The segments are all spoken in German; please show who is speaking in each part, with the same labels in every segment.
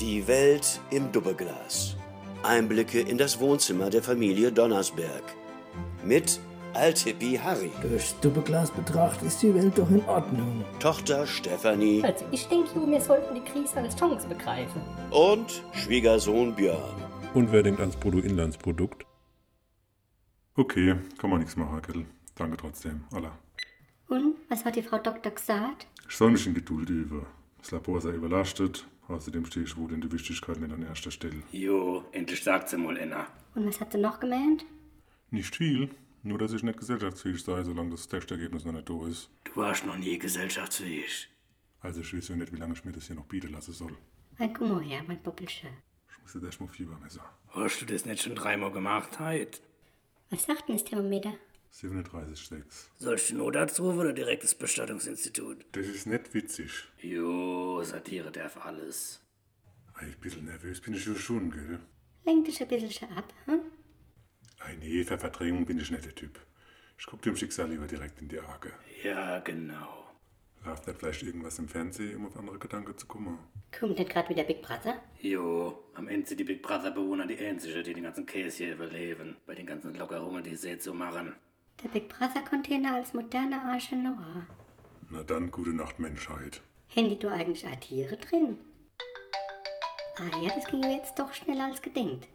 Speaker 1: Die Welt im Doppelglas. Einblicke in das Wohnzimmer der Familie Donnersberg. Mit Altippi Harry,
Speaker 2: Durchs Doppelglas betrachtet ist die Welt doch in Ordnung.
Speaker 1: Tochter Stefanie
Speaker 3: Also, ich denke, wir sollten die Krise als Chance begreifen.
Speaker 1: und Schwiegersohn Björn.
Speaker 4: Und wer denkt ans Bruttoinlandsprodukt?
Speaker 5: Okay, kann man nichts machen, Kettel. Danke trotzdem, Allah.
Speaker 6: Und was hat die Frau Doktor gesagt?
Speaker 5: Soll nicht in Geduld über. Das Labor sei überlastet. Außerdem stehe ich wohl in der Wichtigkeit nicht an erster Stelle.
Speaker 7: Jo, endlich sagt sie mal einer.
Speaker 6: Und was hat sie noch gemeint?
Speaker 5: Nicht viel, nur dass ich nicht gesellschaftsfähig sei, solange das Testergebnis noch nicht da ist.
Speaker 7: Du warst noch nie gesellschaftsfähig.
Speaker 5: Also ich weiß ja nicht, wie lange ich mir das hier noch bieten lassen soll.
Speaker 6: Ein Gummo her, mein Puppelsche.
Speaker 5: Ich muss jetzt erstmal Fiebermesser.
Speaker 7: Hast du das nicht schon dreimal gemacht heute?
Speaker 6: Was sagt denn das Thermometer?
Speaker 5: 37,6.
Speaker 7: Sollst du den Notarzt rufen oder direkt ins Bestattungsinstitut?
Speaker 5: Das ist nicht witzig.
Speaker 7: Jo, Satire darf alles.
Speaker 5: Ein bisschen nervös Ah, bin ich ja schon, gell?
Speaker 6: Lenk dich ein bisschen ab, hm?
Speaker 5: Ei, nee, für Verdrängung bin ich nicht der Typ. Ich guck dem Schicksal lieber direkt in die Arge.
Speaker 7: Ja, genau.
Speaker 5: Läuft nicht vielleicht irgendwas im Fernsehen, um auf andere Gedanken zu kommen?
Speaker 6: Kommt nicht gerade wieder Big Brother?
Speaker 7: Jo, am Ende sind die Big Brother-Bewohner die Einzigen, die den ganzen Käse hier überleben. Bei den ganzen Lockerungen, die sie zu machen.
Speaker 6: Der Big Brother-Container als moderne Arche Noah.
Speaker 5: Na dann, gute Nacht, Menschheit.
Speaker 6: Handy du eigentlich auch Tiere drin? Ah ja, das ging ja jetzt doch schneller als gedenkt.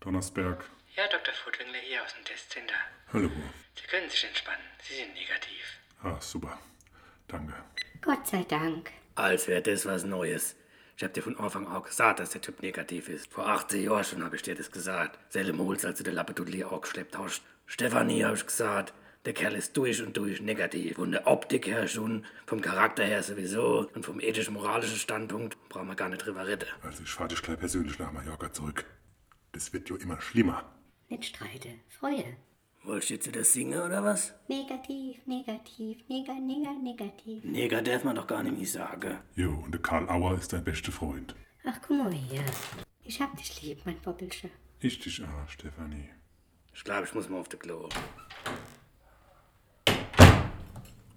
Speaker 5: Donnersberg.
Speaker 8: Ja, Dr. Furtwängler hier aus dem Testcenter.
Speaker 5: Hallo.
Speaker 8: Sie können sich entspannen. Sie sind negativ.
Speaker 5: Ah, super. Danke.
Speaker 6: Gott sei Dank.
Speaker 7: Als wäre das was Neues. Ich hab dir von Anfang an gesagt, dass der Typ negativ ist. Vor 18 Jahren schon hab ich dir das gesagt. Selbe Holz, als du den Lappetudli angeschleppt hast. Stefanie hab ich gesagt, der Kerl ist durch und durch negativ. Von der Optik her schon, vom Charakter her sowieso und vom ethisch-moralischen Standpunkt brauchen wir gar nicht drüber reden.
Speaker 5: Also ich fahre dich gleich persönlich nach Mallorca zurück. Das wird ja immer schlimmer.
Speaker 6: Nicht streite, freue.
Speaker 7: Wolltest du jetzt wieder singen oder was?
Speaker 6: Negativ, negativ, nega, nega, negativ.
Speaker 7: Neger darf man doch gar nicht mehr sagen.
Speaker 5: Jo, und der Karl Auer ist dein bester Freund.
Speaker 6: Ach, guck mal her. Ich hab dich lieb, mein Poppelsche.
Speaker 5: Ich dich auch, Stefanie.
Speaker 7: Ich glaube, ich muss mal auf die Klo.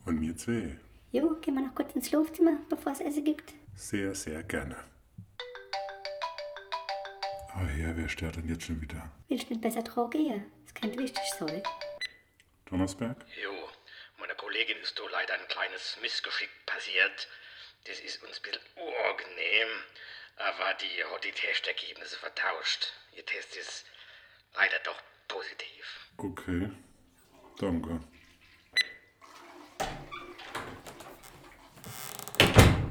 Speaker 5: Und mir zwei.
Speaker 6: Jo, gehen wir noch kurz ins Schlafzimmer, bevor es Essen gibt.
Speaker 5: Sehr, sehr gerne. Ah ja, wer stört denn jetzt schon wieder?
Speaker 6: Willst du nicht besser drauf gehen? Es könnte wichtig sein.
Speaker 5: Donnersberg?
Speaker 8: Jo, meiner Kollegin ist so leider ein kleines Missgeschick passiert. Das ist uns ein bisschen unangenehm, aber die hat die Testergebnisse vertauscht. Ihr Test ist leider doch positiv.
Speaker 5: Okay. Danke.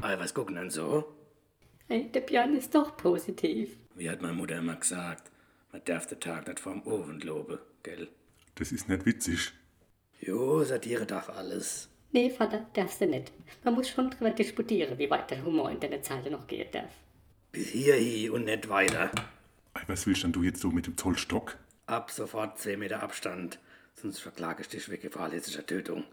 Speaker 7: Ei, was gucken denn so?
Speaker 6: Hey, der Björn ist doch positiv.
Speaker 7: Wie hat meine Mutter immer gesagt, man darf den Tag nicht vorm Ofen loben, gell?
Speaker 5: Das ist nicht witzig.
Speaker 7: Jo, Satire darf alles.
Speaker 6: Nee, Vater, darfst du nicht. Man muss schon drüber disputieren, wie weit der Humor in deine Zeile noch gehen darf.
Speaker 7: Bis hierhin und nicht weiter.
Speaker 5: Ei, Was willst denn du jetzt so mit dem Zollstock?
Speaker 7: Ab sofort zwei Meter Abstand, sonst verklage ich dich wegen fahrlässiger Tötung.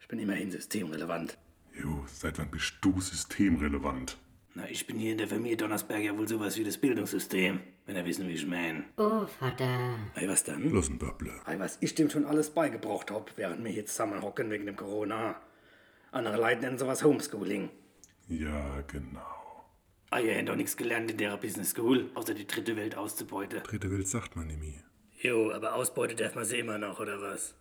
Speaker 7: Ich bin immerhin systemrelevant.
Speaker 5: Jo, seit wann bist du systemrelevant?
Speaker 7: Na, ich bin hier in der Familie Donnersberg ja wohl sowas wie das Bildungssystem, wenn er wissen, wie ich mein.
Speaker 6: Oh, Vater.
Speaker 7: Ei, was dann?
Speaker 5: Bloß ein Böble.
Speaker 7: Ei, was ich dem schon alles beigebracht hab, während wir hier zusammenhocken wegen dem Corona. Andere Leute nennen sowas Homeschooling.
Speaker 5: Ja, genau.
Speaker 7: Ah, ihr habt doch nichts gelernt in der Business School, außer die dritte Welt auszubeuten.
Speaker 5: Dritte Welt sagt man nämlich.
Speaker 7: Jo, aber Ausbeute darf man sie immer noch, oder was?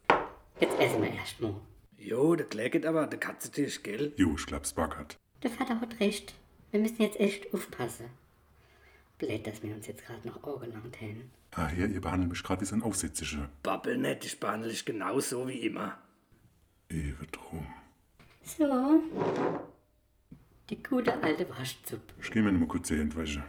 Speaker 6: Jetzt essen wir erst mal.
Speaker 7: Jo, der Kläget aber, der Katzentisch, gell?
Speaker 5: Jo, ich glaub's backert.
Speaker 6: Der Vater hat recht. Wir müssen jetzt echt aufpassen. Blöd, dass wir uns jetzt gerade noch angelangt haben.
Speaker 5: Ah ja, ihr behandelt mich gerade wie so ein Aufsätzischer.
Speaker 7: Babbel nicht, ich behandle dich genauso wie immer.
Speaker 5: Ewe drum.
Speaker 6: So. Die gute alte Waschzuppe.
Speaker 5: Ich geh mir nur mal kurz die Hände waschen.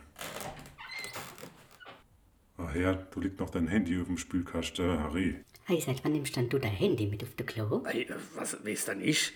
Speaker 5: Ach ja, da liegt noch dein Handy auf dem Spülkasten, Harry.
Speaker 6: Hey, seit wann nimmst denn du dein Handy mit auf die Klo?
Speaker 7: Ei, äh, was, weiß dann ich?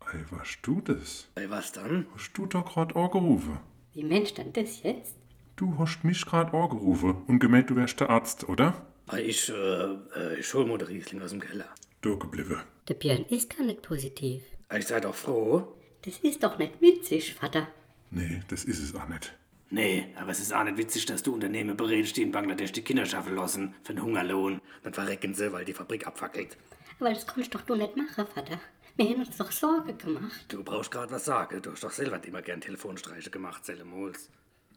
Speaker 5: Ei, was du das?
Speaker 7: Ei, was dann?
Speaker 5: Hast du da grad angerufen?
Speaker 6: Wie Mensch denn das jetzt?
Speaker 5: Du hast mich grad angerufen und gemeldet, du wärst der Arzt, oder?
Speaker 7: Ei, ich, äh, äh, ich hol mir den Riesling aus dem Keller.
Speaker 5: Du geblieben.
Speaker 6: Der Björn ist gar nicht positiv.
Speaker 7: Ei, Also ich sei doch froh.
Speaker 6: Das ist doch nicht witzig, Vater.
Speaker 5: Nee, das ist es auch nicht.
Speaker 7: Nee, aber es ist auch nicht witzig, dass du Unternehmen berätst, die in Bangladesch die Kinder schaffen lassen, für einen Hungerlohn. Dann verrecken sie, weil die Fabrik abfackelt.
Speaker 6: Aber das kannst doch du nicht machen, Vater. Wir haben uns doch Sorge gemacht.
Speaker 7: Du brauchst gerade was sagen, du hast doch selber immer gern Telefonstreiche gemacht, Sellemols.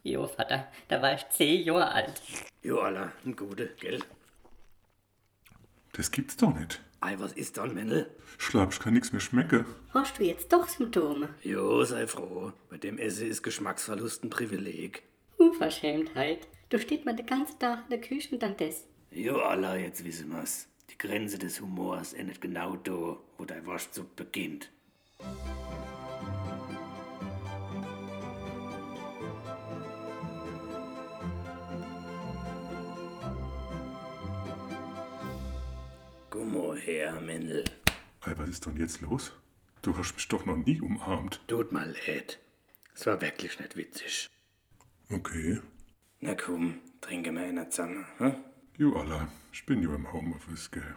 Speaker 6: Jo, Vater, da war ich zehn Jahre alt.
Speaker 7: Jo, Allah, ein Gute, gell?
Speaker 5: Das gibt's doch nicht.
Speaker 7: Ei, was ist dann, Mendel?
Speaker 5: Schlappsch kann nix mehr schmecken.
Speaker 6: Hast du jetzt doch Symptome?
Speaker 7: Jo, sei froh. Bei dem Essen ist Geschmacksverlust ein Privileg.
Speaker 6: Unverschämtheit. Du steht mal den ganzen Tag in der Küche und dann das.
Speaker 7: Jo, Allah, jetzt wissen wir's. Die Grenze des Humors endet genau da, wo dein Waschzug beginnt. Komm mal her, Mendel.
Speaker 5: Ei, was ist denn jetzt los? Du hast mich doch noch nie umarmt.
Speaker 7: Tut mal leid. Es war wirklich nicht witzig.
Speaker 5: Okay.
Speaker 7: Na komm, trinke mal einer zusammen, hm?
Speaker 5: Jo, Allah, ich bin ja im Homeoffice, gell.